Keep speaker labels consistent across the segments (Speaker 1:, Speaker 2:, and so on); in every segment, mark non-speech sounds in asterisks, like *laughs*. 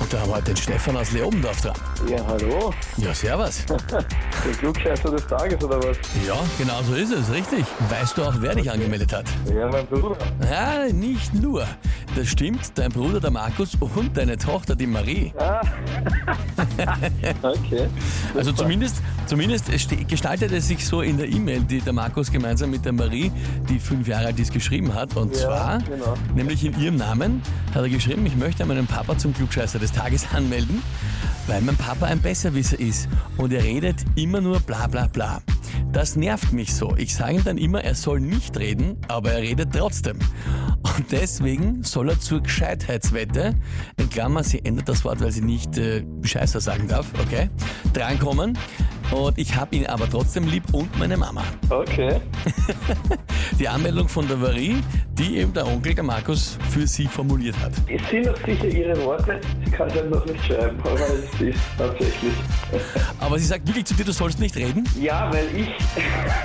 Speaker 1: Und da haben wir heute den Stefan aus Leobendorf dran.
Speaker 2: Ja, hallo,
Speaker 1: Ja, servus.
Speaker 2: der Klugscheißer des Tages oder was?
Speaker 1: Ja, genau so ist es, richtig. Weißt du auch, wer dich angemeldet hat?
Speaker 2: Ja, mein Bruder.
Speaker 1: Ja, nicht nur. Das stimmt, dein Bruder, der Markus und deine Tochter, die Marie.
Speaker 2: Ah. okay.
Speaker 1: Also zumindest, zumindest es ste- gestaltet es sich so in der E-Mail, die der Markus gemeinsam mit der Marie, die fünf Jahre alt ist, geschrieben hat. Und
Speaker 2: Ja,
Speaker 1: zwar,
Speaker 2: genau.
Speaker 1: nämlich in ihrem Namen, hat er geschrieben, ich möchte meinen Papa zum Klugscheißer des Tages *laughs* anmelden, weil mein Papa ein Besserwisser ist und er redet immer nur bla bla bla. Das nervt mich so. Ich sage ihm dann immer, er soll nicht reden, aber er redet trotzdem. Und deswegen soll er zur Gescheitheitswette, in Klammer, sie ändert das Wort, weil sie nicht äh, Scheißer sagen darf, okay, drankommen. Und ich habe ihn aber trotzdem lieb und meine Mama.
Speaker 2: Okay.
Speaker 1: Die Anmeldung von der Marie, die eben der Onkel, der Markus, für sie formuliert hat.
Speaker 2: Es sind doch sicher Ihre Worte. Sie kann es halt noch nicht schreiben, aber es ist tatsächlich.
Speaker 1: Aber sie sagt wirklich zu dir, du sollst nicht reden?
Speaker 2: Ja, weil ich,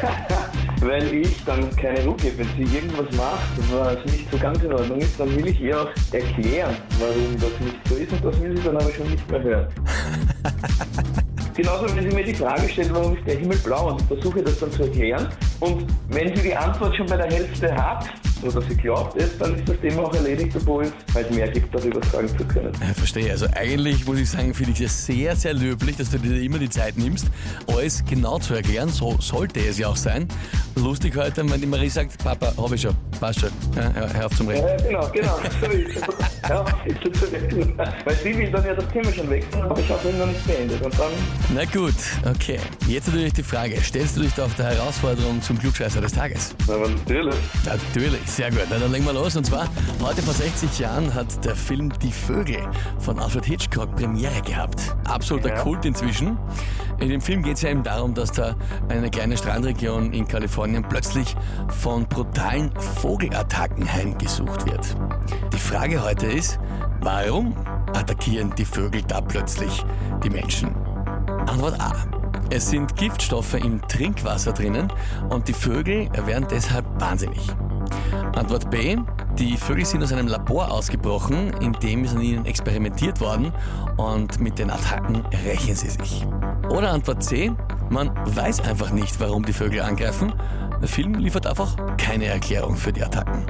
Speaker 2: *laughs* weil ich dann keine Ruhe gebe. Wenn sie irgendwas macht, was also nicht so ganz in Ordnung ist, dann will ich ihr auch erklären, warum das nicht so ist und das will sie dann aber schon nicht mehr hören. Genauso, wenn sie mir die Frage stellt, warum ist der Himmel blau und ich versuche das dann zu erklären und wenn sie die Antwort schon bei der Hälfte hat, oder sie glaubt es, dann ist das Thema auch erledigt, obwohl es halt mehr gibt, darüber sagen zu können.
Speaker 1: Ja, verstehe. Also eigentlich muss ich sagen, finde ich das sehr, sehr löblich, dass du dir immer die Zeit nimmst, alles genau zu erklären. So sollte es ja auch sein. Lustig heute, wenn die Marie sagt, Papa, hab ich schon, passt schon. Ja, hör, hör auf zum Reden.
Speaker 2: Ja, genau, genau. *laughs* So ist es. Ja, ist es so. Weil sie will dann ja das Thema schon wechseln, aber ich habe ihn noch nicht beendet. Und dann,
Speaker 1: Na gut, okay. Jetzt natürlich die Frage, stellst du dich da auf der Herausforderung zum Klugscheißer des Tages?
Speaker 2: aber natürlich.
Speaker 1: Natürlich, sehr gut. Na, dann legen wir los. Und zwar, heute vor 60 Jahren hat der Film Die Vögel von Alfred Hitchcock Premiere gehabt. Absoluter
Speaker 2: Ja.
Speaker 1: Kult inzwischen. In dem Film geht es ja eben darum, dass da eine kleine Strandregion in Kalifornien plötzlich von brutalen Vogelattacken heimgesucht wird. Die Frage heute ist, warum attackieren die Vögel da plötzlich die Menschen? Antwort A. Es sind Giftstoffe im Trinkwasser drinnen und die Vögel werden deshalb wahnsinnig. Antwort B. Die Vögel sind aus einem Labor ausgebrochen, in dem ist an ihnen experimentiert worden und mit den Attacken rächen sie sich. Oder Antwort C. Man weiß einfach nicht, warum die Vögel angreifen. Der Film liefert einfach keine Erklärung für die Attacken.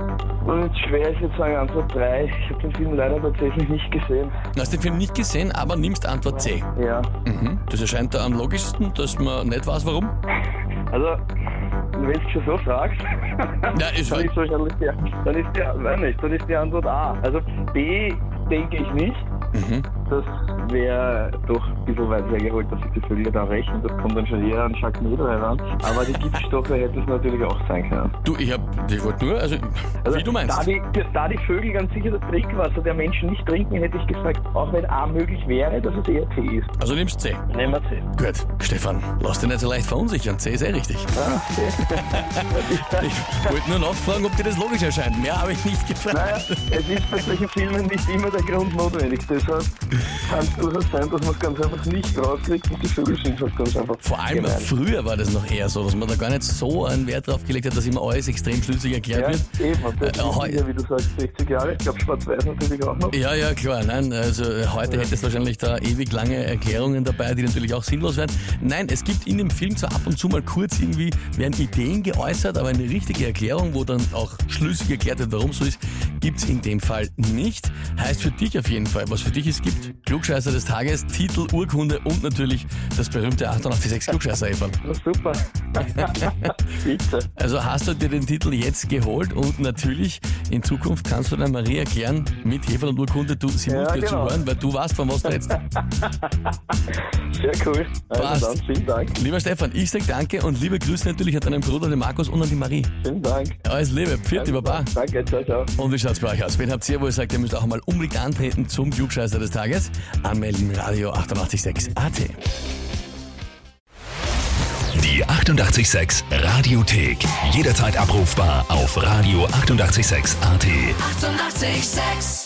Speaker 2: Und schwer ist jetzt sagen, Antwort 3. Ich habe den Film leider tatsächlich nicht gesehen.
Speaker 1: Du hast den Film nicht gesehen, aber nimmst Antwort C.
Speaker 2: Ja.
Speaker 1: Mhm. Das erscheint da am logischsten, dass man nicht weiß, warum.
Speaker 2: Also, wenn du schon so fragst,
Speaker 1: Ja,
Speaker 2: dann
Speaker 1: ist halt-
Speaker 2: ist wahrscheinlich die, dann ist die, weiß nicht, dann ist die Antwort A. Also B denke ich nicht.
Speaker 1: Mhm.
Speaker 2: Das wäre doch ein bisschen weit hergeholt, dass sich die Vögel da rächen. Das kommt dann schon eher an Sharknado heran. Aber die Giftstoffe hätte es natürlich auch sein können.
Speaker 1: Du, ich hab, ich wollte nur, also, wie du meinst.
Speaker 2: Da die, da die Vögel ganz sicher das Trinkwasser der Menschen nicht trinken, hätte ich gesagt, auch wenn A möglich wäre, dass es eher Tee ist.
Speaker 1: Also nimmst C.
Speaker 2: Nehmen wir Tee.
Speaker 1: Gut, Stefan, lass dich nicht so leicht verunsichern. C ist eh richtig.
Speaker 2: Ah,
Speaker 1: Ich wollte nur nachfragen, ob dir das logisch erscheint. Mehr habe ich nicht gefragt.
Speaker 2: Naja, es ist bei solchen Filmen nicht immer der Grund notwendig. Deshalb kann es durchaus sein, dass man es ganz einfach nicht rauskriegt und die Vögel sind halt ganz einfach.
Speaker 1: Vor allem
Speaker 2: gemein.
Speaker 1: früher war das noch eher so, dass man da gar nicht so einen Wert drauf gelegt hat, dass immer alles extrem schlüssig erklärt
Speaker 2: Ja,
Speaker 1: wird.
Speaker 2: eben. Und
Speaker 1: Äh,
Speaker 2: das
Speaker 1: heu-
Speaker 2: sind ja, wie du sagst, 60 Jahre. Ich glaube, Schwarz-Weiß natürlich auch noch.
Speaker 1: Ja, ja, klar. Nein, also äh, heute hätte es wahrscheinlich da ewig lange Erklärungen dabei, die natürlich auch sinnlos wären. Nein, es gibt in dem Film zwar ab und zu mal kurz irgendwie, werden Ideen geäußert, aber eine richtige Erklärung, wo dann auch schlüssig erklärt wird, warum so ist, gibt's in dem Fall nicht. Heißt für dich auf jeden Fall, was für dich es gibt. Klugscheißer des Tages, Titel, Urkunde und natürlich das berühmte 886 klugscheißer -Eferl.
Speaker 2: Na,
Speaker 1: *laughs*
Speaker 2: super. Bitte.
Speaker 1: Also hast du dir den Titel jetzt geholt und natürlich in Zukunft kannst du der Marie erklären, mit Hefer und Urkunde, du, sie
Speaker 2: Ja,
Speaker 1: muss dir
Speaker 2: genau.
Speaker 1: zuhören, weil du weißt, von was
Speaker 2: *laughs*
Speaker 1: du redest.
Speaker 2: Sehr cool.
Speaker 1: Passt.
Speaker 2: Also dann, vielen Dank.
Speaker 1: Lieber Stefan, ich sag danke und liebe Grüße natürlich an deinen Bruder, den Markus und an die Marie.
Speaker 2: Vielen Dank.
Speaker 1: Alles Liebe, pfiat, Baba.
Speaker 2: Danke, ciao, ciao.
Speaker 1: Und wie schaut's bei euch aus? Wen habt ihr, wo ihr sagt, ihr müsst auch mal unbedingt antreten zum Klugscheißer des Tages? Anmelden, Radio 886 AT.
Speaker 3: Die 88,6 Radiothek. Jederzeit abrufbar auf radio886.at. 88,6.
Speaker 4: Eighty-eight, sex.